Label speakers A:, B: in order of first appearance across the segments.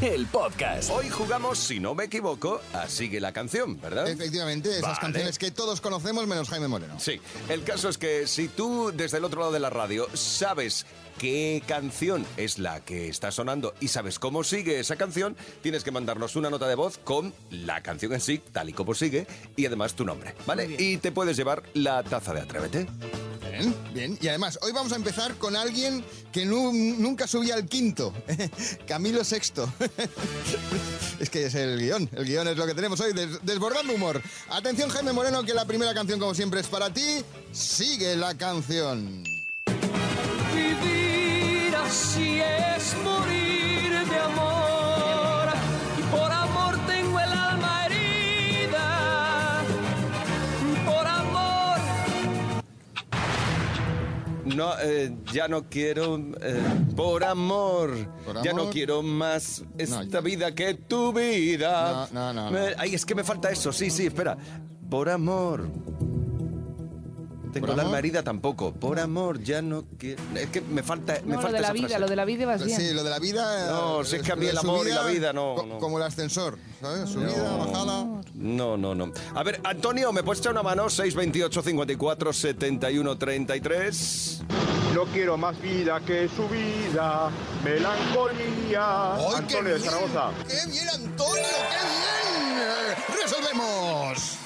A: el podcast.
B: Hoy jugamos, si no me equivoco, a Sigue la canción, ¿verdad?
C: Efectivamente, esas
B: ¿Ah? Vale.
C: canciones que todos conocemos menos Jaime Moreno.
B: Sí, el caso es que si tú desde el otro lado de la radio sabes qué canción es la que está sonando y sabes cómo sigue esa canción, tienes que mandarnos una nota de voz con la canción en sí, tal y como sigue, y además tu nombre, ¿vale? Y te puedes llevar la taza de Atrévete.
C: Bien, bien. Y además, hoy vamos a empezar con alguien que nu- nunca subía al quinto, Camilo VI. es que es el guión, el guión es lo que tenemos hoy, des- desbordando humor. Atención Jaime Moreno, que la primera canción como siempre es para ti. Sigue la canción.
D: Vivir así es morir de amor. Y por amor tengo el alma herida. Por amor.
B: No, eh, ya no quiero, eh, por, amor,
C: Por
B: ya
C: amor.
B: no quiero más esta
C: ya-
B: vida que tu vida.
C: No, no, no,
B: Me- Ay, es que me falta eso, sí, sí, espera. Por amor. Tengo
C: ¿Por
B: la
C: amor?
B: alma herida tampoco. Por amor, ya no quiero. Es que me falta. me
E: No,
B: falta
E: lo de la
B: esa
E: vida,
B: frase.
E: lo de la vida vas bien.
C: Sí, lo de la vida...
B: No, si es que a
C: lo
B: mí
C: de
B: el
C: su
B: amor y la vida no, no.
C: Como el ascensor, ¿sabes? Subida, bajada...
B: No, no, no. A ver, Antonio, ¿me puedes echar una mano? 628 54 71 33.
F: No quiero más vida que su vida, melancolía.
C: ¡Ay,
F: Antonio de
C: qué bien!
F: Zaragoza.
C: ¡Qué bien, Antonio! ¡Qué bien! ¡Resolvemos!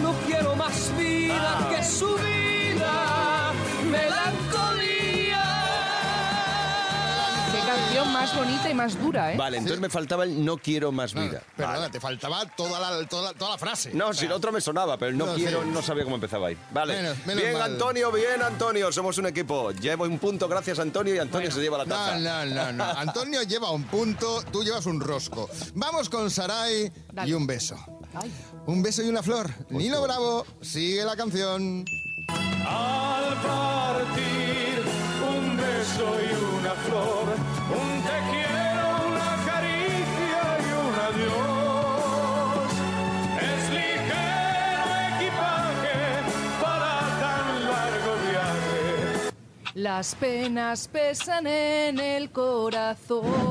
D: No quiero más vida que su vida. Melancolía.
E: Qué canción más bonita y más dura, ¿eh?
B: Vale, entonces me faltaba el no quiero más
C: Nada,
B: vida.
C: Perdona, te faltaba toda la, toda la- toda la frase.
B: No, si el otro me sonaba, pero el no,
C: No,
B: quiero,
C: sí.
B: no sabía cómo empezaba ahí. Vale.
C: Menos- menos
B: bien,
C: mal.
B: Antonio, bien, Antonio. Somos un equipo. Llevo un punto, gracias, Antonio, y Antonio se lleva la taza.
C: No, no, no, no. Antonio lleva un punto, tú llevas un rosco. Vamos con Sarai
E: Dale.
C: y un beso.
E: Ay.
C: Un beso y una flor. Nino Bravo, sigue la canción.
F: Al partir, un beso y una flor, un te quiero, una caricia y un adiós. Es ligero equipaje para tan largo viaje.
E: Las penas pesan en el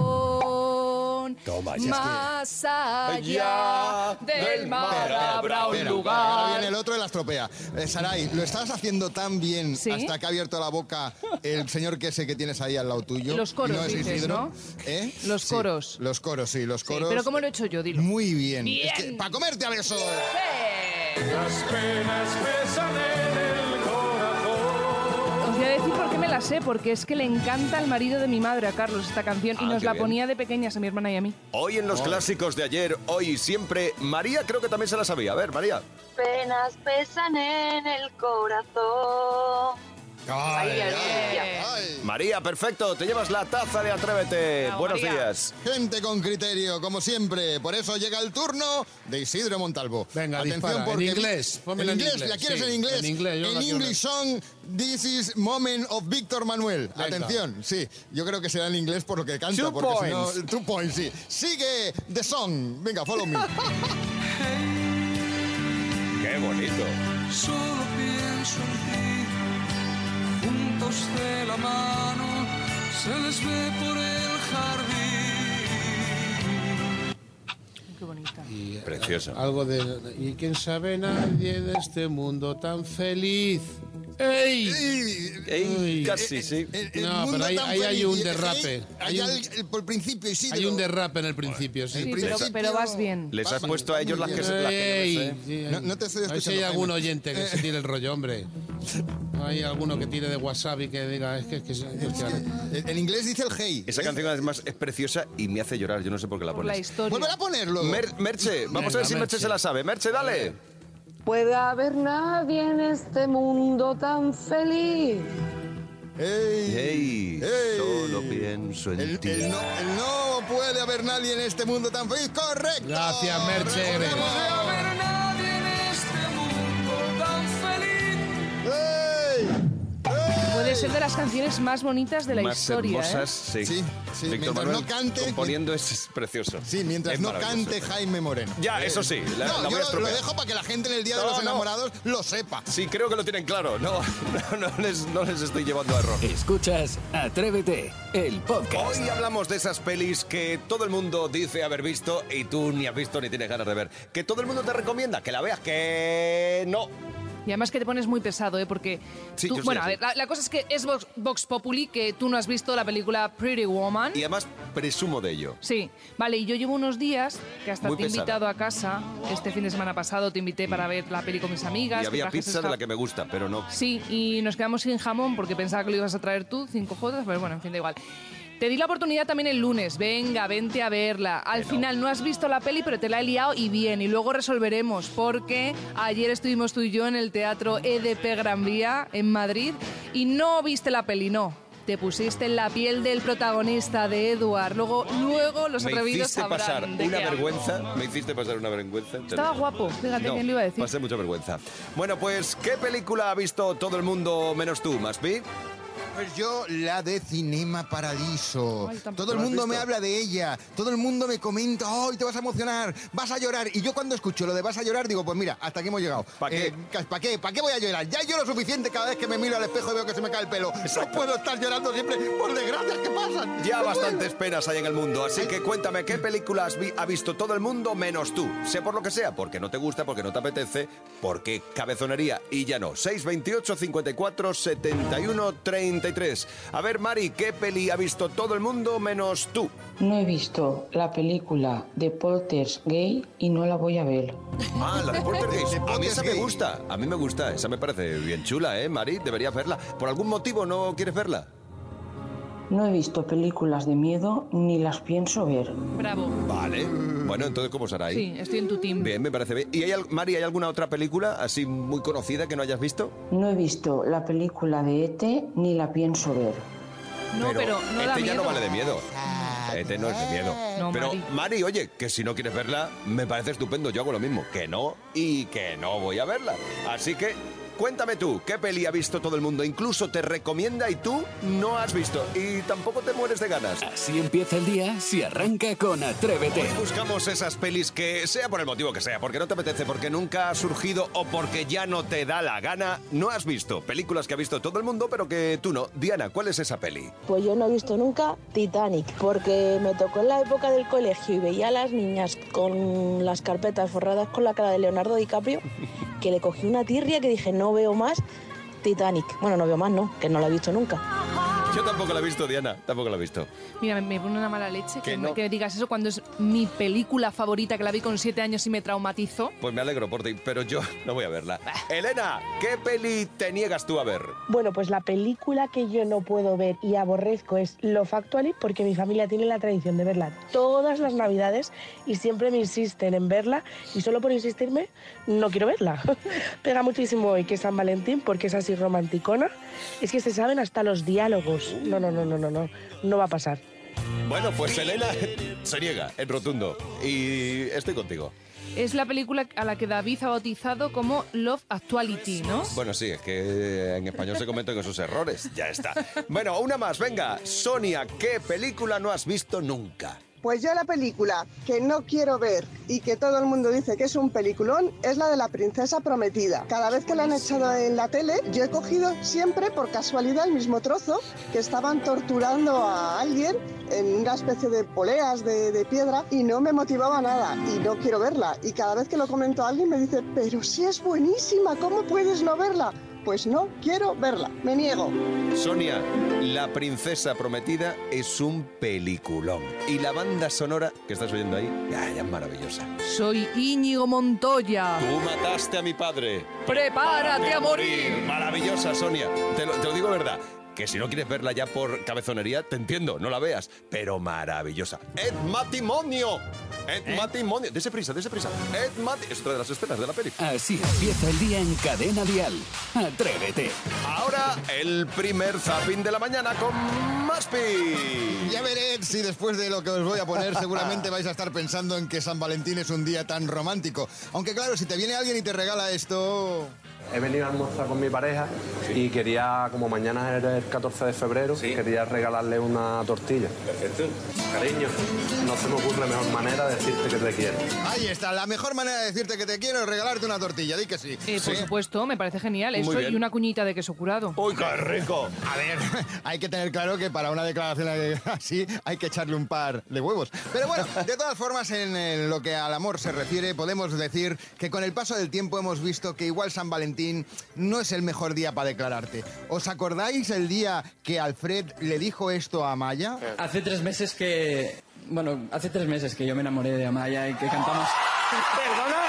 E: corazón.
B: Toma, ya.
E: Más allá
B: Ya del
E: del mar
B: mar habrá un
E: habrá un
C: Espera, ahora viene
E: lugar.
C: el otro y la estropea. Eh, Sarai, lo estás haciendo tan bien
E: ¿Sí?
C: hasta que ha abierto la boca el señor que ese que tienes ahí al lado tuyo.
E: Los coros,
C: No es
E: dices,
C: Isidro.
E: ¿no?
C: ¿Eh?
E: Los
C: Sí,
E: coros.
C: los coros, sí, los
E: Sí,
C: coros.
E: pero ¿cómo lo he hecho yo? Dilo.
C: Muy bien.
E: Bien.
C: Es que, ¡Para comerte a beso!
E: Sí.
F: Las penas pesan en el corazón.
E: Os voy a decir por qué me la sé, porque es que le encanta al marido de mi madre, a Carlos, esta canción,
B: Ah,
E: y nos
B: qué
E: la
B: bien.
E: ponía de pequeñas a mi hermana y a mí.
B: Hoy en los clásicos de ayer, hoy y siempre, María creo que también se la sabía. A ver, María.
G: penas pesan en el corazón.
C: Ay,
G: Ahí, ahí,
C: ay,
G: ahí.
C: ay.
B: María, perfecto, te llevas la taza de Atrévete.
E: Bravo,
B: Buenos
E: María.
B: días.
C: Gente con criterio, como siempre. Por eso llega el turno de Isidro Montalvo.
H: Venga,
C: Atención
H: dispara. En
C: porque-
H: inglés, pónmela
C: en
H: en
C: inglés.
H: inglés,
C: ¿La quieres
H: sí,
C: en inglés?
H: en inglés, yo la quiero
C: English Song, This is Moment of Víctor Manuel.
H: Venga.
C: Atención, sí. Yo creo que será en inglés por lo que canta.
B: Two
C: porque si no-
B: points.
C: two points, sí. Sigue The Song. Venga, follow me.
B: Qué bonito.
D: Solo pienso en ti, juntos de la mano, se les ve por el jardín.
E: Qué bonita.
B: Precioso.
H: Algo de... Y quién sabe nadie de este mundo tan feliz. ¡Ey!
C: Y-
B: Ey,
H: Uy.
B: casi, sí.
C: el- el
H: No,
C: mundo
H: pero ahí-
C: tan
H: ahí hay
C: feliz.
H: un
C: Eh,
H: derrape.
C: Hay,
H: Hay un-
C: al- por principio, Isidro.
H: Hay un derrape en el principio,
C: el
H: sí.
E: Sí, pero,
C: principio-
E: pero vas bien.
B: Les has
C: Pasa.
B: puesto a ellos las que se las que yo me sé.
H: Ey, sí,
C: eh? No- no te estoy
H: a ver si hay
C: escuchando,
H: algún
C: Jaime.
H: oyente que se tire el rollo, hombre. Hay alguno que tire de WhatsApp y que diga, es que... Es que, es que-
C: En en inglés dice el hey.
B: Esa
C: ¿eh?
B: canción además es preciosa y me hace llorar. Yo no sé por qué la
E: Por la
B: pones.
E: historia.
C: Vuelve a ponerlo.
B: Mer- Merche, vamos a ver
H: Venga,
B: si Merche
H: Merche.
B: se la sabe. Merche, dale.
G: Puede haber nadie en este mundo tan feliz.
C: Ey. Ey.
B: Ey, solo pienso en
C: El,
B: ti.
C: el no, el no puede haber nadie en este mundo tan feliz. ¡Correcto!
H: Gracias, Merche.
C: Recordemos.
D: No debe haber nadie en este mundo tan feliz.
E: ser de las canciones más bonitas de la
B: más
E: historia. ¿eh?
B: hermosas, sí.
C: Sí, sí, mientras no cante-
B: componiendo es, es precioso.
C: Sí, mientras
B: Es
C: no
B: maravilloso.
C: cante Jaime Moreno.
B: Ya, eso sí, la,
C: no,
B: la voy
C: yo lo-
B: a
C: lo,
B: estropear.
C: dejo para que la gente en el Día de
B: No,
C: los
B: no.
C: Enamorados lo sepa.
B: Sí, creo que lo tienen claro. No, no, no les, no les estoy llevando a error.
A: Escuchas Atrévete, el podcast.
B: Hoy hablamos de esas pelis que todo el mundo dice haber visto y tú ni has visto ni tienes ganas de ver. Que todo el mundo te recomienda que la veas, que no.
E: Y además que te pones muy pesado, ¿eh? Porque.
B: Sí,
E: tú-
B: yo soy
E: bueno, a
B: así.
E: ver, la, la cosa es que es Vox, Vox Populi que tú no has visto la película Pretty Woman.
B: Y además presumo de ello.
E: Sí, vale, y yo llevo unos días que hasta
B: Muy
E: te he
B: pesada.
E: invitado a casa. Este fin de semana pasado te invité para ver la peli con mis
B: Y
E: amigas. que
B: había
E: trajes
B: pizza de
E: esta-
B: la que me gusta, pero no.
E: Sí, y nos quedamos sin jamón porque pensaba que lo ibas a traer tú, cinco jodas, pero bueno, en fin, da igual. Te di la oportunidad también el lunes, venga, vente a verla. Al final no has visto la peli, pero te la he liado y bien, y luego resolveremos, porque ayer estuvimos tú y yo en el Teatro EDP Gran Vía, en Madrid, y no viste la peli, no. Te pusiste en la piel del protagonista de Edward. Luego, luego los
B: Me
E: atrevidos
B: hiciste
E: sabrán
B: pasar
E: de
B: una
E: qué hablo.
B: vergüenza. Me hiciste pasar una vergüenza.
E: Estaba guapo, fíjate
B: No,
E: quién lo iba a decir.
B: Pasé mucha vergüenza. Bueno, pues, ¿qué película ha visto todo el mundo menos tú, Maspi?
C: Pues yo la de Cinema Paradiso.
E: Ay, tampoco.
C: todo el
B: ¿Lo has
C: mundo me
B: visto?
C: habla de ella. Todo el mundo me comenta, ¡ay, te vas a emocionar! ¡Vas a llorar! Y yo cuando escucho lo de vas a llorar, digo, pues mira, hasta aquí hemos llegado.
B: ¿Pa' qué?
C: ¿Para qué? ¿Para qué voy a llorar? Ya lloro suficiente cada vez que me miro al espejo y veo que se me cae el pelo. No puedo estar llorando siempre por desgracias que pasan.
B: Ya
C: No puedo.
B: bastantes penas hay en el mundo, así que cuéntame qué películas vi- ha visto todo el mundo menos tú. Sé por lo que sea, porque no te gusta, porque no te apetece, porque cabezonería y ya no. 628 54 71 33. A ver, Mari, ¿qué peli ha visto todo el mundo menos tú?
I: No he visto la película de Porter's Gay y no la voy a ver.
B: Ah, la de Poltergeist. A mí esa me
C: Poltergeist.
B: gusta, a mí me gusta, esa me parece bien chula, ¿eh, Mari? Deberías verla. ¿Por algún motivo no quieres verla?
I: No he visto películas de miedo ni las pienso ver.
E: Bravo.
B: Vale. Bueno, entonces, ¿cómo será ahí?
E: Sí, estoy en tu team.
B: Bien, me parece bien. ¿Y hay, al- Mari, hay alguna otra película así muy conocida que no hayas visto?
I: No he visto la película de Ete ni la pienso ver.
E: No, pero, no
B: este
E: da
B: ya no
E: miedo.
B: vale de miedo. Este no es de miedo.
E: No,
B: pero
E: Mari.
B: Mari. oye, que si no quieres verla, me parece estupendo. Yo hago lo mismo. Que no y que no voy a verla. Así que cuéntame tú, ¿qué peli ha visto todo el mundo? Incluso te recomienda y tú no has visto. Y tampoco te mueres de ganas.
A: Así empieza el día si arranca con Atrévete.
B: Buscamos esas pelis que, sea por el motivo que sea, porque no te apetece, porque nunca ha surgido o porque ya no te da la gana, no has visto. Películas que ha visto todo el mundo, pero que tú no. Diana, ¿cuál es esa peli?
J: Pues yo no he visto nunca Titanic, porque me tocó en la época del colegio y veía a las niñas con las carpetas forradas con la cara de Leonardo DiCaprio, que le cogí una tirria que dije, no veo más Titanic. Bueno, no veo más, no, que no la he visto nunca.
B: Yo tampoco la he visto, Diana. Tampoco la he visto.
E: Mira, me, me pone una mala leche que,
B: Que
E: me-
B: no.
E: que digas eso cuando es mi película favorita que la vi con siete años y me traumatizó.
B: Pues me alegro por ti, pero yo no voy a verla. Elena, ¿qué peli te niegas tú a ver?
J: Bueno, pues la película que yo no puedo ver y aborrezco es Lo Actually, porque mi familia tiene la tradición de verla todas las navidades y siempre me insisten en verla y solo por insistirme no quiero verla. Pega muchísimo hoy que es San Valentín porque es así romanticona. Es que se saben hasta los diálogos. No, no, no, no, no, no, no va a pasar.
B: Bueno, pues Elena se niega en rotundo. Y estoy contigo.
E: Es la película a la que David ha bautizado como Love Actuality, ¿no?
B: Bueno, sí, es que en español se cometen esos errores. Ya está. Bueno, una más, venga. Sonia, ¿qué película no has visto nunca?
K: Pues yo la película que no quiero ver y que todo el mundo dice que es un peliculón es la de la princesa prometida. Cada vez que la han echado en la tele, yo he cogido siempre por casualidad el mismo trozo que estaban torturando a alguien en una especie de poleas de, de piedra y no me motivaba nada y no quiero verla. Y cada vez que lo comento a alguien me dice, pero si es buenísima, ¿cómo puedes no verla? Pues no quiero verla, me niego.
B: Sonia, La princesa prometida es un peliculón. Y la banda sonora que estás oyendo ahí, ay, es maravillosa.
E: Soy Íñigo Montoya.
B: Tú mataste a mi padre.
E: ¡Prepárate a morir!
B: Maravillosa, Sonia. Te lo, te lo digo verdad. Que si no quieres verla ya por cabezonería, te entiendo, no la veas. Pero maravillosa. ¡Ed Matimonio! ¡Ed Matimonio! Dese prisa, dese prisa. ¡Ed Mati! Es otra de las escenas de la peli.
A: Así empieza el día en Cadena Dial. Atrévete.
B: Ahora, el primer zapping de la mañana con Maspi.
C: Ya veréis si después de lo que os voy a poner seguramente vais a estar pensando en que San Valentín es un día tan romántico. Aunque claro, si te viene alguien y te regala esto...
L: he venido a almorzar con mi pareja y quería, como mañana es el 14 de febrero, quería regalarle una tortilla. Perfecto. Cariño, no se me ocurre mejor manera de decirte que te quiero.
C: Ahí está, la mejor manera de decirte que te quiero es regalarte una tortilla, di que sí.
E: Eh,
C: Sí.
E: Por supuesto, me parece genial.
C: Muy
E: Eso
C: bien.
E: y una cuñita de queso curado.
B: ¡Uy, qué rico!
C: A ver, hay que tener claro que para una declaración así hay que echarle un par de huevos. Pero bueno, de todas formas, en, eh, lo que al amor se refiere, podemos decir que con el paso del tiempo hemos visto que igual San Valentín no es el mejor día para declararte. ¿Os acordáis el día que Alfred le dijo esto a Amaya?
M: Hace tres meses que. Bueno, hace tres meses que yo me enamoré de Amaya y que cantamos.
N: ¿Perdona?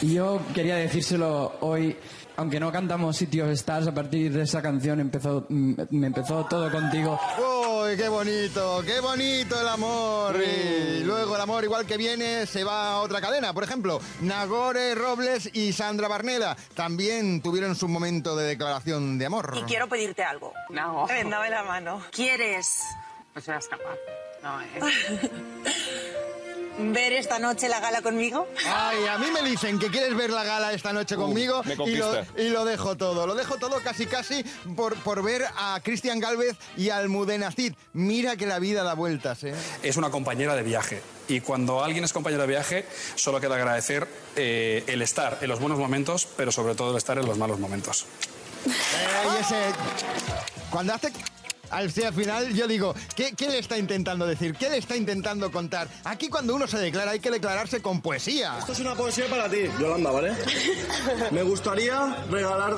M: Y yo quería decírselo hoy, aunque no cantamos Sitios Stars, a partir de esa canción empezó, mm, me empezó todo contigo.
C: ¡Uy, qué bonito! ¡Qué bonito el amor!
B: Mm.
C: Y luego el amor, igual que viene, se va a otra cadena. Por ejemplo, Nagore Robles y Sandra Barneda también tuvieron su momento de declaración de amor.
O: Y quiero pedirte algo. No. Ven, dame la mano. ¿Quieres
N: No se va a escapar. No, eh.
O: ver esta noche la gala conmigo?
C: Ay, a mí me dicen que quieres ver la gala esta noche conmigo
B: me
C: y, lo,
B: conquista.
C: y lo dejo todo. Lo dejo todo casi casi por, por ver a Cristian Galvez y al Mudenacid. Mira que la vida da vueltas, ¿eh?
P: es una compañera de viaje. Y cuando alguien es compañero de viaje, solo queda agradecer eh, el estar en los buenos momentos, pero sobre todo el estar en los malos momentos.
C: Eh, y ese- Cuando hace... Al, sí, al final yo digo, ¿qué, qué le está intentando decir? ¿Qué le está intentando contar? Aquí cuando uno se declara hay que declararse con poesía.
L: Esto es una poesía para ti, Yolanda, ¿vale? Me gustaría regalar,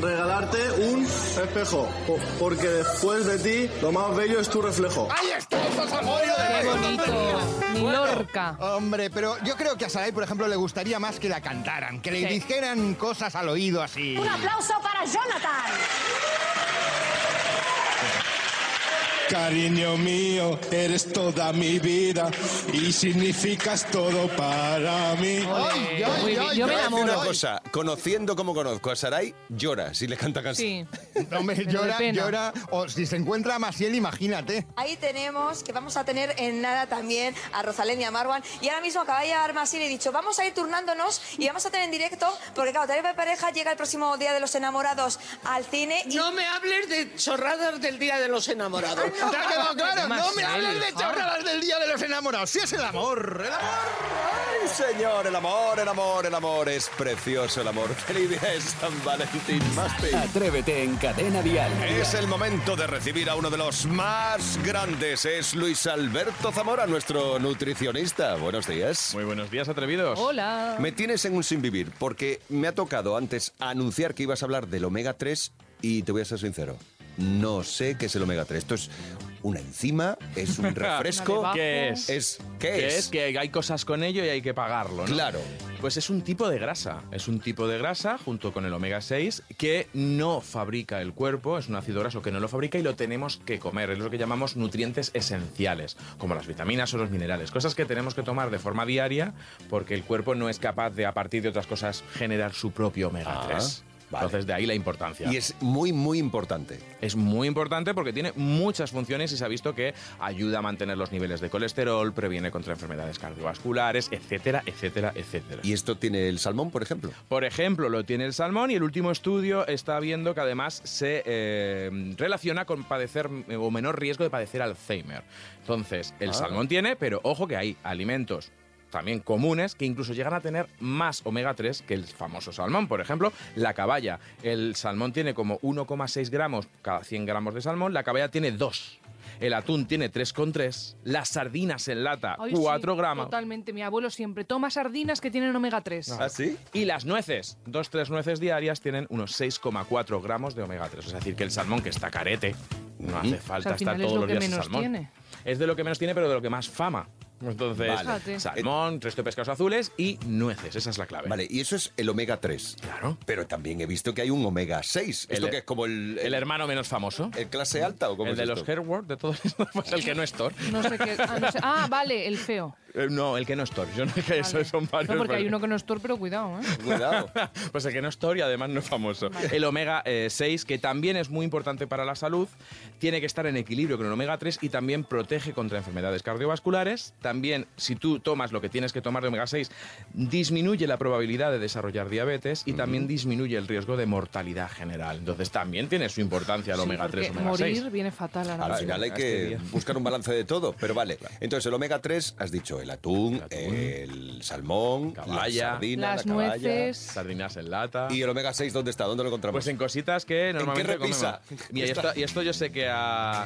L: regalarte un espejo, po- porque después de ti lo más bello es tu reflejo.
C: ¡Ahí está! ¡Eso es amor!
E: ¡Qué bonito! Mi Lorca.
C: Hombre, pero yo creo que a Saray, por ejemplo, le gustaría más que la cantaran, que le
Q: Sí.
C: dijeran cosas al oído así.
Q: Un aplauso para Jonathan.
H: Cariño mío, eres toda mi vida y significas todo para mí.
E: Ole, muy
B: Te
E: bien. Yo me
B: voy a decir
E: enamoro.
B: una cosa, conociendo como conozco a Saray, llora si le canta
E: Sí.
B: canción.
C: Hombre,
E: Pero de
C: llora,
E: pena.
C: llora. O si se encuentra a Maciel, imagínate.
R: Ahí tenemos que vamos a tener en nada también a Rosalén y a Marwan. Y ahora mismo acaba de llegar Masil y he dicho, vamos a ir turnándonos y vamos a tener en directo, porque claro, Tarea de Pareja llega el próximo Día de los Enamorados al cine. Y... No me hables de chorradas del Día de los Enamorados.
C: ¿Te ha quedado claro? No me
N: Maciel,
C: hables de
E: ah.
N: hija.
C: chorradas del día de los enamorados. Sí es el amor, el amor.
B: Ay, señor, el amor, el amor, el amor es precioso, el amor. Feliz día de San Valentín. Maspi.
A: Atrévete en Cadena Dial.
B: Es el momento de recibir a uno de los más grandes. Es Luis Alberto Zamora, nuestro nutricionista. Buenos días. Muy buenos días, atrevidos.
E: Hola.
B: Me tienes en un sin vivir porque me ha tocado antes anunciar que ibas a hablar del omega 3 y te voy a ser sincero. No sé qué es el omega 3. Esto es una enzima, es un refresco.
S: ¿Qué es?
B: ¿Qué, es?
S: Que hay cosas con ello y hay que pagarlo, ¿no?
B: Claro.
S: Pues es un tipo de grasa. Es un tipo de grasa, junto con el omega 6, que no fabrica el cuerpo, es un ácido graso que no lo fabrica y lo tenemos que comer. Es lo que llamamos nutrientes esenciales, como las vitaminas o los minerales. Cosas que tenemos que tomar de forma diaria porque el cuerpo no es capaz de, a partir de otras cosas, generar su propio omega 3. Entonces, de ahí la importancia.
B: Ah, Y es muy, muy importante.
S: Es muy importante porque tiene muchas funciones y se ha visto que ayuda a mantener los niveles de colesterol, previene contra enfermedades cardiovasculares, etcétera, etcétera, etcétera.
B: ¿Y esto tiene el salmón, por ejemplo?
S: Por ejemplo, lo tiene el salmón y el último estudio está viendo que además se eh, relaciona con padecer eh, o menor riesgo de padecer Alzheimer. Entonces, el
T: Ah.
S: salmón tiene, pero ojo que hay alimentos también comunes que incluso llegan a tener más omega 3 que el famoso salmón. Por ejemplo, la caballa. El salmón tiene como 1,6 gramos cada 100 gramos de salmón, la caballa tiene 2. El atún tiene 3,3. Las sardinas en lata,
E: Ay, sí,
S: 4 gramos.
E: Totalmente. Mi abuelo siempre toma sardinas que tienen omega 3.
S: Ah, Y las nueces, dos, tres nueces diarias tienen unos 6,4 gramos de omega 3. Es decir, que el salmón, que está carete, no hace
E: O
S: falta
E: sea, al
S: estar
E: final es
S: todos
E: lo
S: los
E: que
S: días sin
E: menos
S: salmón.
E: tiene.
S: Es de lo que menos tiene, pero de lo que más fama. Entonces,
B: Vale. Fíjate.
S: salmón, resto de pescados azules y nueces. Esa es la clave.
B: Vale, y eso es el omega 3.
S: Claro.
B: Pero también he visto que hay un omega 6.
S: El- e-
B: Esto que es como el,
S: El, hermano menos famoso.
B: ¿El clase alta o cómo
S: El
B: es
S: de pues
B: esto?
S: los Hairworth, de todo esto, pues el que no es Thor.
E: No sé qué. Ah, no sé- ah, vale, el feo.
S: Eh, no, el que no es Thor. Yo no que eso, son varios.
E: No, porque hay
S: pero-
E: uno que no es Thor, pero cuidado, ¿eh?
S: Cuidado. pues el que no es Thor y además no es famoso. El omega eh, 6, que también es muy importante para la salud, tiene que estar en equilibrio con el omega 3 y también protege contra enfermedades cardiovasculares. También, si tú tomas lo que tienes que tomar de omega 6, disminuye la probabilidad de desarrollar diabetes y también disminuye el riesgo de mortalidad general. Entonces también tiene su importancia el
E: Sí,
S: omega 3,
E: porque
S: omega 6.
E: morir viene fatal ahora
B: Al
E: mismo.
B: final hay
S: este
B: que buscar un balance de todo, pero vale. Entonces, el omega 3, has dicho el atún, el, salmón, la
S: Caballa.
B: sardina,
E: Las
B: la caballa.
E: nueces.
S: Sardinas en lata.
B: ¿Y el omega 6 dónde está? ¿Dónde lo encontramos?
S: Pues en cositas que normalmente
B: qué repisa?
S: comemos. Mira, y esto,
B: Está-
S: y esto yo sé que a,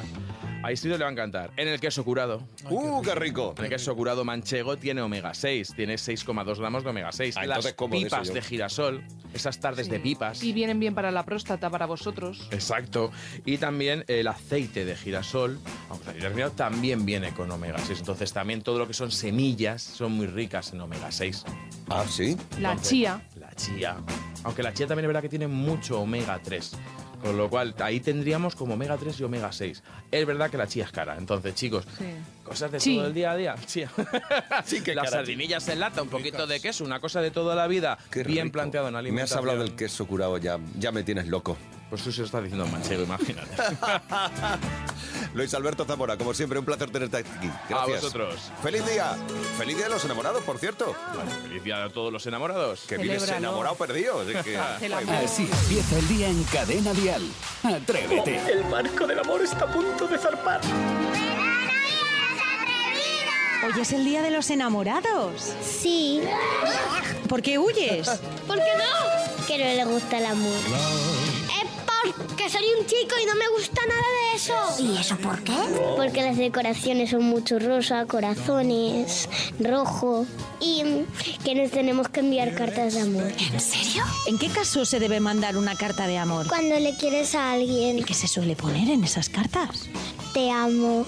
S: a Isidro le va a encantar. En el queso curado.
B: ¡Uh, qué rico!
S: En el queso curado manchego tiene omega 6, tiene 6,2 gramos de omega 6.
B: Ah,
S: Las
B: entonces como de eso
S: pipas
B: yo.
S: de girasol, esas tardes de pipas.
E: Y vienen bien para la próstata, para vosotros.
S: Exacto. Y también el aceite de girasol, aunque está determinado, también viene con omega 6. Entonces también todo lo que son semillas son muy ricas en omega 6.
B: Ah, sí.
E: La chía.
S: La chía. Aunque la chía también es verdad que tiene mucho omega 3. Con lo cual, ahí tendríamos como omega 3 y omega 6. Es verdad que la chía es cara. Entonces, chicos, cosas de
E: Sí.
S: todo el día a día. Chía. Las
B: cara,
S: sardinillas en lata, un poquito de queso, una cosa de toda la vida. bien planteado en
B: Me has
S: alimentación.
B: hablado del queso curado ya, ya me tienes loco.
S: Pues tú se lo estás diciendo manchego, imagínate.
B: Luis Alberto Zamora, como siempre, un placer tenerte aquí. Gracias.
S: A vosotros.
B: ¡Feliz día! ¡Feliz día de los enamorados, por cierto!
S: ¡Feliz día de todos los enamorados!
B: Que vienes
A: Celébralo.
B: enamorado perdido. así que- pues,
A: Así empieza el día en Cadena Dial. Atrévete.
T: El barco del amor está a punto de zarpar.
U: Hoy es el día de los enamorados. Sí. ¿Por qué huyes?
V: ¿Por qué no? Que no le gusta el amor. Es porque soy un chico y no me gusta nada de eso. ¿Y eso por qué? Porque las decoraciones son mucho rosa, corazones, rojo. Y mm, que nos tenemos que enviar cartas de amor. ¿En serio?
U: ¿En qué caso se debe mandar una carta de amor?
V: Cuando le quieres a alguien.
U: ¿Y qué se suele poner en esas cartas?
V: Te amo.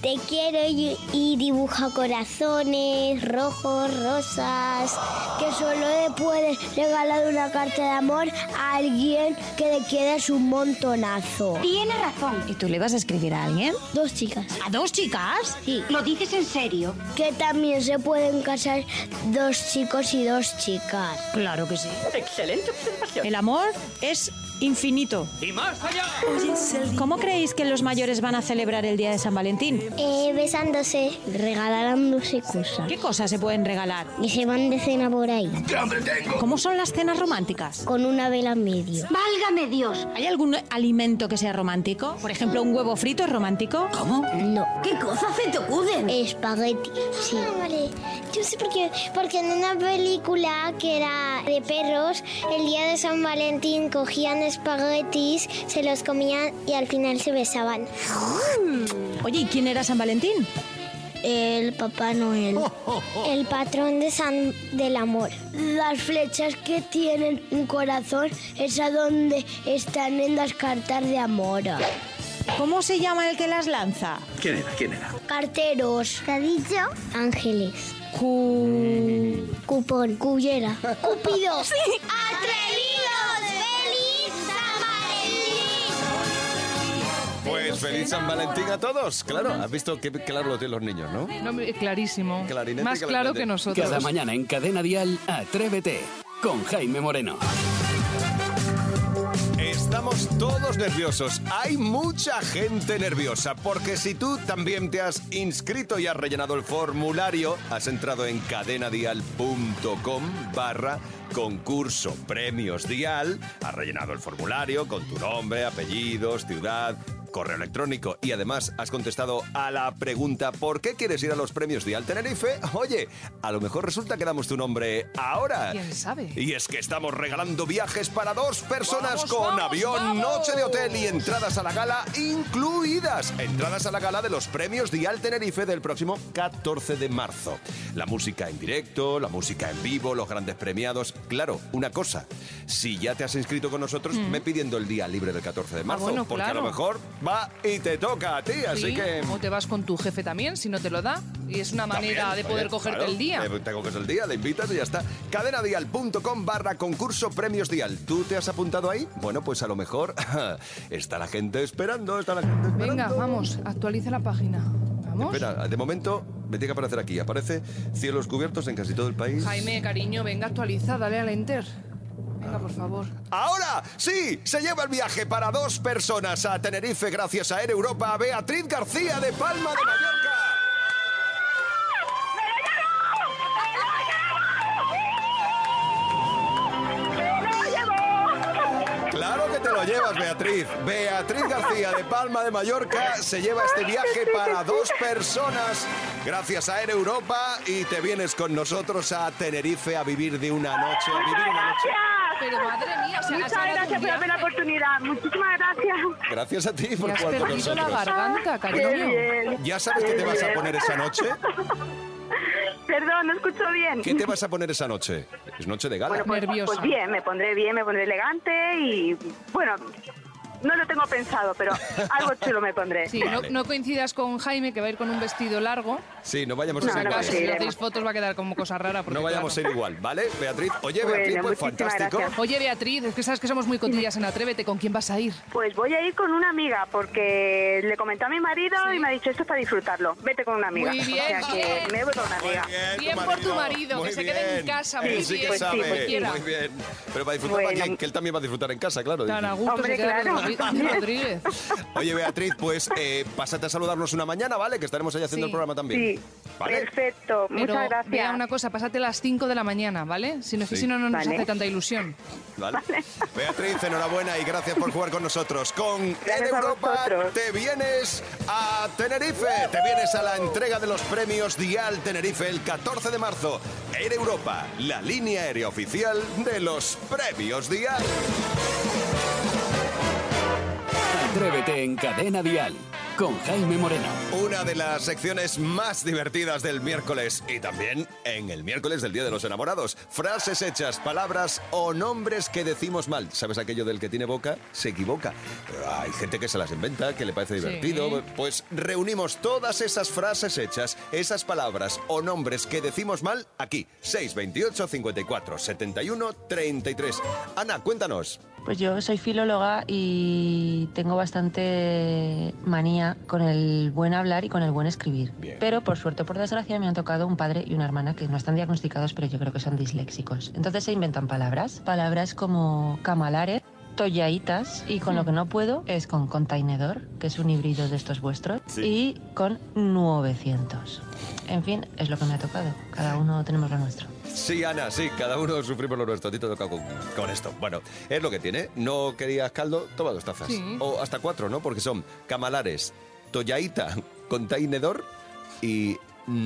V: Te quiero y, y dibuja corazones rojos, rosas. Que solo le puedes regalar una carta de amor a alguien que le quieres un montonazo.
U: Tienes razón. ¿Y tú le vas a escribir a alguien?
V: Dos chicas.
U: ¿A dos chicas?
V: Sí.
U: ¿Lo dices en serio?
V: Que también se pueden casar dos chicos y dos chicas.
U: Claro que sí.
T: Excelente observación.
U: El amor es infinito.
T: Y más allá.
U: ¿Cómo creéis que los mayores van a celebrar el día de San Valentín?
V: Eh, besándose, regalándose cosas.
U: ¿Qué cosas se pueden regalar?
V: Y se van de cena por ahí.
U: ¿Cómo son las cenas románticas?
V: Con una vela en medio.
U: Válgame Dios. ¿Hay algún alimento que sea romántico? Por ejemplo, un huevo frito es romántico. ¿Cómo?
V: No.
U: ¿Qué cosa se te ocurre?
V: Espagueti, sí. vale. Yo sé por qué. Porque en una película que era de perros, el día de San Valentín cogían espaguetis, se los comían y al final se besaban.
U: Mm. Oye, ¿y quién era San Valentín?
V: El Papá Noel. El patrón de San del amor. Las flechas que tienen un corazón es a donde están en las cartas de amor.
U: ¿Cómo se llama el que las lanza?
T: ¿Quién era? ¿Quién era?
V: Carteros. ¿Te Ángeles. Cupón. Cullera. Cupido. ¡Atrevidos! ¡Feliz San
B: Pues feliz San Valentín a todos. Claro, has visto que claro lo tienen los niños, ¿no?
E: No, me- clarísimo.
B: Clarinete
E: Más
B: y
E: claro que nosotros.
A: Cada mañana en Cadena Dial, Atrévete con Jaime Moreno.
B: Estamos todos nerviosos. Hay mucha gente nerviosa porque si tú también te has inscrito y has rellenado el formulario, has entrado en cadenadial.com barra concurso premios dial, has rellenado el formulario con tu nombre, apellidos, ciudad, correo electrónico y además has contestado a la pregunta ¿por qué quieres ir a los premios dial Tenerife? Oye, a lo mejor resulta que damos tu nombre ahora.
E: ¿Quién sabe?
B: Y es que estamos regalando viajes para dos personas
E: ¡Vamos,
B: con
E: vamos,
B: avión,
E: vamos!
B: noche de hotel y entradas a la gala incluidas. Entradas a la gala de los premios Dial Tenerife del próximo 14 de marzo. La música en directo, la música en vivo, los grandes premiados. Claro, una cosa, si ya te has inscrito con nosotros,
E: Mm. Ah,
B: ve pidiendo el día libre del 14 de marzo,
E: bueno,
B: porque a
E: claro.
B: lo mejor va y te toca a ti, así
E: Sí,
B: que...
E: O te vas con tu jefe también, si no te lo da. Y es una manera
B: También,
E: de poder
B: oye,
E: cogerte
B: claro,
E: el día.
B: eh, Te coges el día, le invitas y ya está. Cadenadial.com barra concurso premios dial. ¿Tú te has apuntado ahí? Bueno, pues a lo mejor está la gente esperando, está la gente esperando.
E: Venga, vamos, actualiza la página. Vamos.
B: Espera, de momento me tiene que aparecer aquí. Aparece cielos cubiertos en casi todo el país.
E: Jaime, cariño, venga, actualiza, dale al enter. Venga, por favor.
B: Ahora sí, se lleva el viaje para dos personas a Tenerife gracias a Air Europa a Beatriz García de Palma de Mallorca. Claro que te lo llevas, Beatriz. Beatriz García de Palma de Mallorca se lleva este viaje para dos personas gracias a Air Europa y te vienes con nosotros a Tenerife a vivir de una noche, a vivir una noche.
E: Pero madre mía, o sea,
N: Muchas
E: has hablado de
N: gracias
E: un
N: por darme la
E: viaje.
N: oportunidad. Muchísimas gracias.
B: Gracias a ti
E: Y
B: por
E: has
B: jugar con
E: perdido la
B: nosotros.
E: garganta, cariño.
B: ¿Ya sabes qué te vas a poner esa noche?
N: Perdón, no escucho bien.
B: ¿Qué te vas a poner esa noche? Es noche de gala.
N: Bueno, pues, pues bien, me pondré bien, me pondré elegante y bueno, no lo tengo pensado, pero algo chulo me pondré.
E: Sí, no, no coincidas con Jaime, que va a ir con un vestido largo.
B: Sí, no vayamos a
E: Por
B: ser
E: si acaso, si le
B: igual.
E: hacéis fotos va a quedar como cosa rara. porque,
B: No vayamos a
E: claro.
B: ser igual, ¿vale? Beatriz, oye, Beatriz, pues fantástico.
E: Oye, Beatriz, es que sabes que somos muy cotillas en Atrévete. ¿Con quién vas a ir?
B: Eh,
N: Pues voy a ir con una amiga porque le comenté a mi marido y me ha dicho esto es para disfrutarlo. Vete con una amiga.
E: Muy
N: O sea
E: bien,
N: que
E: bien.
N: me voy con una amiga.
E: Bien por tu marido, que se quede en casa. Muy
B: Él sí
E: bien, pues,
B: que sabe,
E: cualquiera.
B: muy bien. Pero para disfrutar
E: Bueno.
B: para quien, que él también va a disfrutar en casa, claro.
E: Tan a
B: dice.
E: gusto
N: Hombre,
E: se queda
N: claro.
E: Rodri- Rodríguez.
B: Oye, Beatriz, pues eh, pásate a saludarnos una mañana, ¿vale? Que estaremos ahí haciendo el
E: Sí.
B: programa también.
E: Sí.
B: ¿Vale?
N: Perfecto,
E: Pero
N: muchas gracias.
E: vea una cosa, pásate a las 5 de la mañana, ¿vale? Si no, es que
B: Sí.
E: si no, no nos
B: Vale.
E: hace tanta ilusión.
B: ¿Vale? Beatriz, enhorabuena y gracias por jugar con nosotros. Con En
E: a
B: Europa te vienes a Tenerife. Te vienes a la entrega de los premios Dial Tenerife el 14 de marzo. Air Europa, la línea aérea oficial de los premios Dial.
A: Atrévete en Cadena Dial con Jaime Moreno.
B: Una de las secciones más divertidas del miércoles y también en el miércoles del Día de los Enamorados. Frases hechas, palabras o nombres que decimos mal. ¿Sabes aquello del que tiene boca? Se equivoca. Pero Hay gente que se las inventa, que le parece
F: Sí.
B: divertido. Pues reunimos todas esas frases hechas, esas palabras o nombres que decimos mal aquí. 628 54 71 33. Ana, cuéntanos.
I: Pues yo soy filóloga y tengo bastante manía con el buen hablar y con el buen escribir. Pero por suerte o por desgracia me han tocado un padre y una hermana que no están diagnosticados, pero yo creo que son disléxicos. Entonces se inventan palabras, palabras como camalares, toallaitas y con lo que no puedo es con contenedor, que es un híbrido de estos vuestros, y con 900. En fin, es lo que me ha tocado. Cada uno tenemos lo nuestro.
B: Sí, Ana, sí, cada uno sufrimos lo nuestro. A ti te toca con, con esto. Bueno, es lo que tiene. No querías caldo, toma dos tazas.
I: Sí.
B: O hasta cuatro, ¿no? Porque son camalares, tollaita, containedor y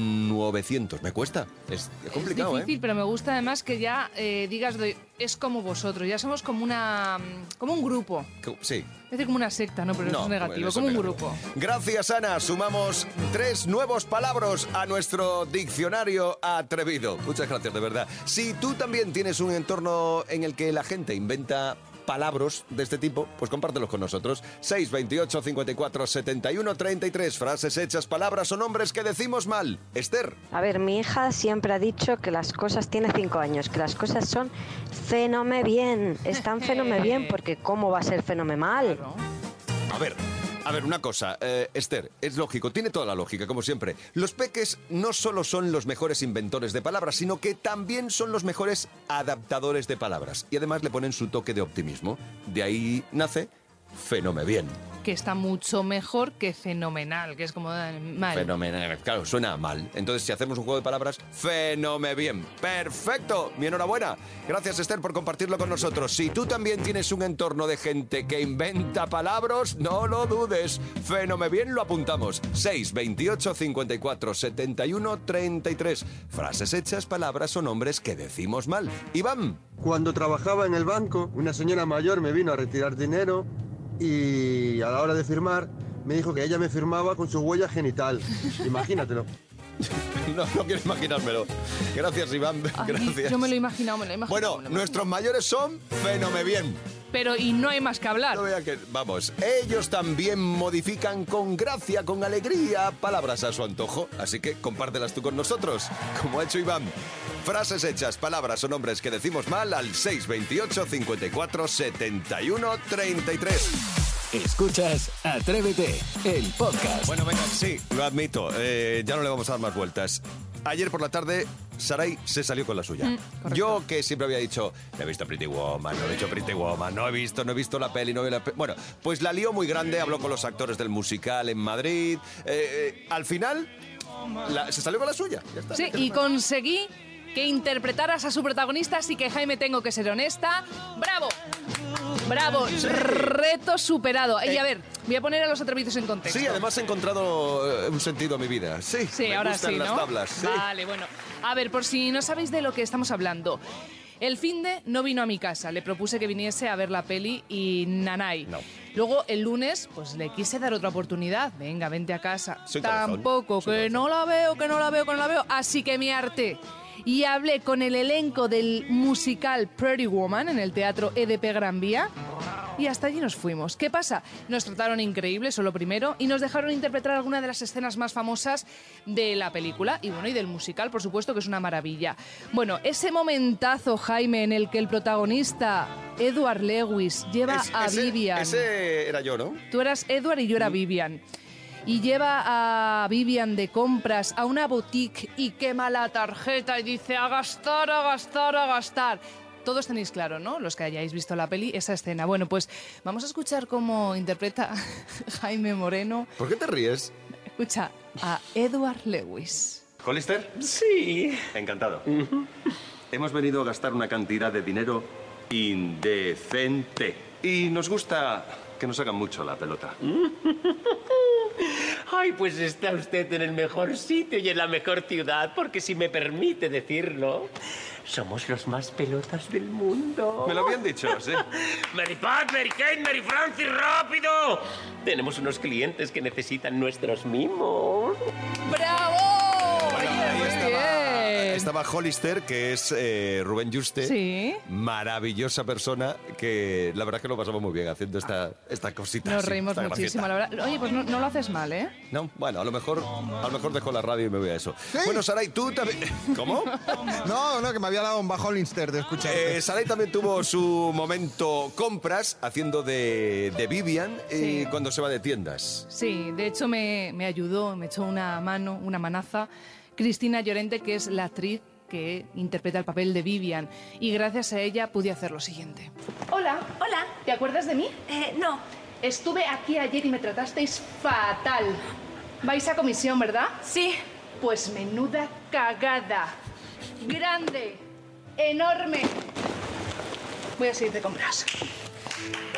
B: 900. Me cuesta. Es, es complicado,
E: Difícil,
B: ¿eh?
E: pero me gusta además que ya eh, digas, de- es como vosotros, ya somos como una mm, como un grupo.
B: Co- Sí.
E: Es decir, como una secta, ¿no? Pero eso
B: No,
E: es negativo,
B: eso
E: como
B: es
E: un
B: negativo.
E: grupo.
B: Gracias, Ana. Sumamos tres nuevos palabras a nuestro diccionario atrevido. Muchas gracias, de verdad. Si tú también tienes un entorno en el que la gente inventa palabras de este tipo, pues compártelos con nosotros. 628 54 71 33 frases hechas, palabras o nombres que decimos mal. Esther.
G: A ver, mi hija siempre ha dicho que las cosas tiene cinco años, que las cosas son fenome bien, están fenome bien, porque cómo va a ser fenome mal.
B: A ver, a ver, una cosa, eh, Esther, es lógico, tiene toda la lógica, como siempre. Los peques no solo son los mejores inventores de palabras, sino que también son los mejores adaptadores de palabras. Y además le ponen su toque de optimismo. De ahí nace Fenome Bien.
E: Que está mucho mejor que fenomenal, que es como eh, mal.
B: Fenomenal. Claro, suena mal. Entonces, si hacemos un juego de palabras, fenome bien. Perfecto. Mi enhorabuena. Gracias, Esther, por compartirlo con nosotros. Si tú también tienes un entorno de gente que inventa palabras, no lo dudes. Fenome bien lo apuntamos. 6, 28, 54, 71, 33. Frases hechas, palabras o nombres que decimos mal. Iván.
W: Cuando trabajaba en el banco, una señora mayor me vino a retirar dinero y a la hora de firmar me dijo que ella me firmaba con su huella genital. Imagínatelo.
B: No, no quiero imaginármelo. Gracias, Iván. Gracias.
E: Yo me lo he imaginado, me lo he imaginado.
B: Bueno, nuestros mayores son fenome bien.
E: Pero, y no hay más que hablar.
B: No vea que- vamos, ellos también modifican con gracia, con alegría, palabras a su antojo. Así que compártelas tú con nosotros, como ha hecho Iván. Frases hechas, palabras o nombres que decimos mal al 628 54 71 33.
A: Escuchas Atrévete, el podcast.
B: Bueno, venga, sí, lo admito. eh, ya no le vamos a dar más vueltas. Ayer por la tarde, Sarai se salió con la suya.
A: Mm,
B: Yo, que siempre había dicho, no he visto Pretty Woman, no he visto Pretty Woman, no he visto, no he visto la peli, no he la peli. Bueno, pues la lío muy grande, habló con los actores del musical en Madrid. eh, eh, al final, la- se salió con la suya. Ya está.
E: Sí, y conseguí que interpretaras a su protagonista, así que Jaime, tengo que ser honesta. ¡Bravo! ¡Bravo! Reto superado. Y a ver, voy a poner a los atrevidos en contexto.
B: Eh. Sí, además he encontrado eh, un sentido a mi vida. Sí,
E: Sí,
B: me
E: ahora
B: gustan
E: sí,
B: las
E: ¿no?
B: tablas. sí.
E: Vale, bueno. A ver, por si no sabéis de lo que estamos hablando. El finde no vino a mi casa, le propuse que viniese a ver la peli y nanay. Luego el lunes, pues le quise dar otra oportunidad. Venga, vente a casa.
D: Soy corazón,
E: Tampoco, que no la veo, que no la veo, que no la veo. Así que me harté. Y hablé con el elenco del musical Pretty Woman en el teatro EDP Gran Vía. Y hasta allí nos fuimos. ¿Qué pasa? Nos trataron increíble, eso lo primero, y nos dejaron interpretar alguna de las escenas más famosas de la película y bueno, y del musical, por supuesto, que es una maravilla. Bueno, ese momentazo, Jaime, en el que el protagonista, Edward Lewis, lleva
B: Es-
E: a
B: ese-
E: Vivian.
B: Ese era yo, ¿no?
E: Tú eras Edward y yo era Vivian. Y lleva a Vivian de compras a una boutique y quema la tarjeta y dice a gastar, a gastar, a gastar. Todos tenéis claro, ¿no? Los que hayáis visto la peli, esa escena. Bueno, pues vamos a escuchar cómo interpreta Jaime Moreno.
B: ¿Por qué te ríes?
E: Escucha a Edward Lewis.
B: ¿Colister? Sí. Encantado. Hemos venido a gastar una cantidad de dinero indecente. Y nos gusta que nos hagan mucho la pelota.
T: Ay, pues está usted en el mejor sitio y en la mejor ciudad, porque si me permite decirlo, somos los más pelotas del mundo.
B: Me lo habían dicho, sí.
T: Mary Pat, Mary Kate, Mary Francis, rápido. Tenemos unos clientes que necesitan nuestros mimos.
E: ¡Bravo! Oye, muy bien.
B: Estaba Hollister, que es eh, Rubén Juste.
E: Sí.
B: Maravillosa persona que la verdad es que lo pasamos muy bien haciendo esta, esta cosita.
E: Nos
B: así,
E: reímos
B: esta gracieta.
E: muchísimo, la verdad. Oye, pues no, no lo haces mal, ¿eh?
B: No, bueno, a lo mejor, a lo mejor dejo la radio y me voy a eso. Bueno, Saray, tú también. ¿Cómo?
C: No, no, que me había dado un bajón Inster de escuchar.
B: Eh, Saray también tuvo su momento compras haciendo de, de Vivian eh,
E: Sí.
B: cuando se va de tiendas.
E: Sí, de hecho me, me ayudó, me echó una mano, una manaza, Cristina Llorente, que es la actriz que interpreta el papel de Vivian. Y gracias a ella pude hacer lo siguiente. Hola, hola. ¿Te acuerdas de mí? no. Estuve aquí ayer y me tratasteis fatal. ¿Vais a comisión, verdad? Sí. Pues menuda cagada. Grande. Enorme. Voy a seguir de compras.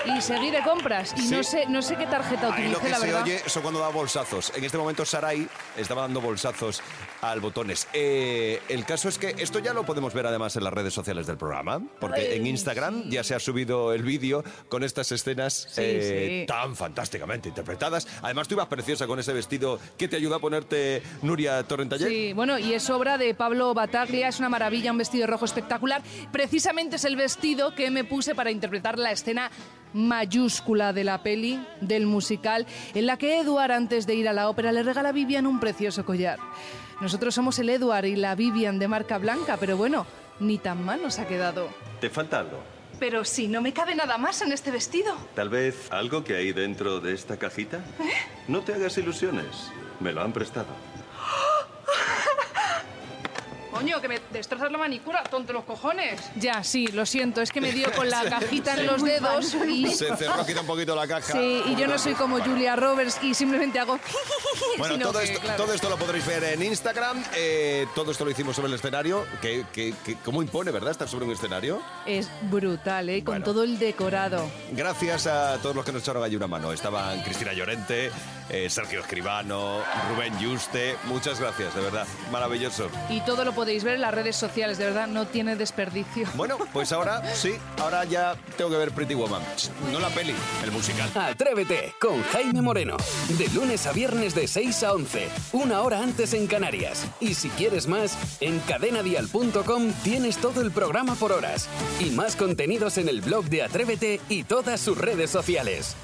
E: Y seguir de compras. Y no,
B: Sí.
E: sé, no sé qué tarjeta
B: Ahí Ah, lo
E: utilicé,
B: que
E: la
B: se
E: verdad.
B: oye son cuando da bolsazos. En este momento Sarai estaba dando bolsazos al botones. Eh, el caso es que esto ya lo podemos ver además en las redes sociales del programa, porque
E: Ay,
B: en Instagram ya se ha subido el vídeo con estas escenas eh,
E: sí.
B: tan fantásticamente interpretadas. Además tú ibas preciosa con ese vestido que te ayuda a ponerte Nuria Torrentaller.
E: Sí, bueno, y es obra de Pablo Bataglia, es una maravilla, un vestido rojo espectacular. Precisamente es el vestido que me puse para interpretar la escena mayúscula de la peli, del musical, en la que Edward, antes de ir a la ópera, le regala a Vivian un precioso collar. Nosotros somos el Edward y la Vivian de marca blanca, pero bueno, ni tan mal nos ha quedado.
F: ¿Te falta algo?
E: Pero sí, no me cabe nada más en este vestido.
F: ¿Tal vez algo que hay dentro de esta cajita?
E: ¿Eh?
F: No te hagas ilusiones. Me lo han prestado.
E: Coño, que me destrozas la manicura, tonto los cojones. Ya, sí, lo siento, es que me dio con la cajita en los dedos y...
B: Se cerró aquí un poquito la caja.
E: Sí, y yo no soy como Julia Roberts y simplemente hago...
B: Bueno,
E: sino
B: todo,
E: que,
B: esto,
E: claro.
B: todo esto lo podréis ver en Instagram. eh, todo esto lo hicimos sobre el escenario. Que, que- que- ¿Cómo impone, verdad, estar sobre un escenario?
E: Es brutal, ¿eh? Con todo el decorado.
B: Gracias a todos los que nos echaron allí una mano. Estaban Cristina Llorente, eh, Sergio Escribano, Rubén Yuste. Muchas gracias, de verdad. Maravilloso.
E: Y todo lo podéis ver en las redes sociales, de verdad, no tiene desperdicio.
B: Bueno, pues ahora sí, ahora ya tengo que ver Pretty Woman. Ch, No la peli, el musical.
A: Atrévete con Jaime Moreno. De lunes a viernes de 6 a 11, una hora antes en Canarias. Y si quieres más, en cadenadial.com tienes todo el programa por horas y más contenidos en el blog de Atrévete y todas sus redes sociales.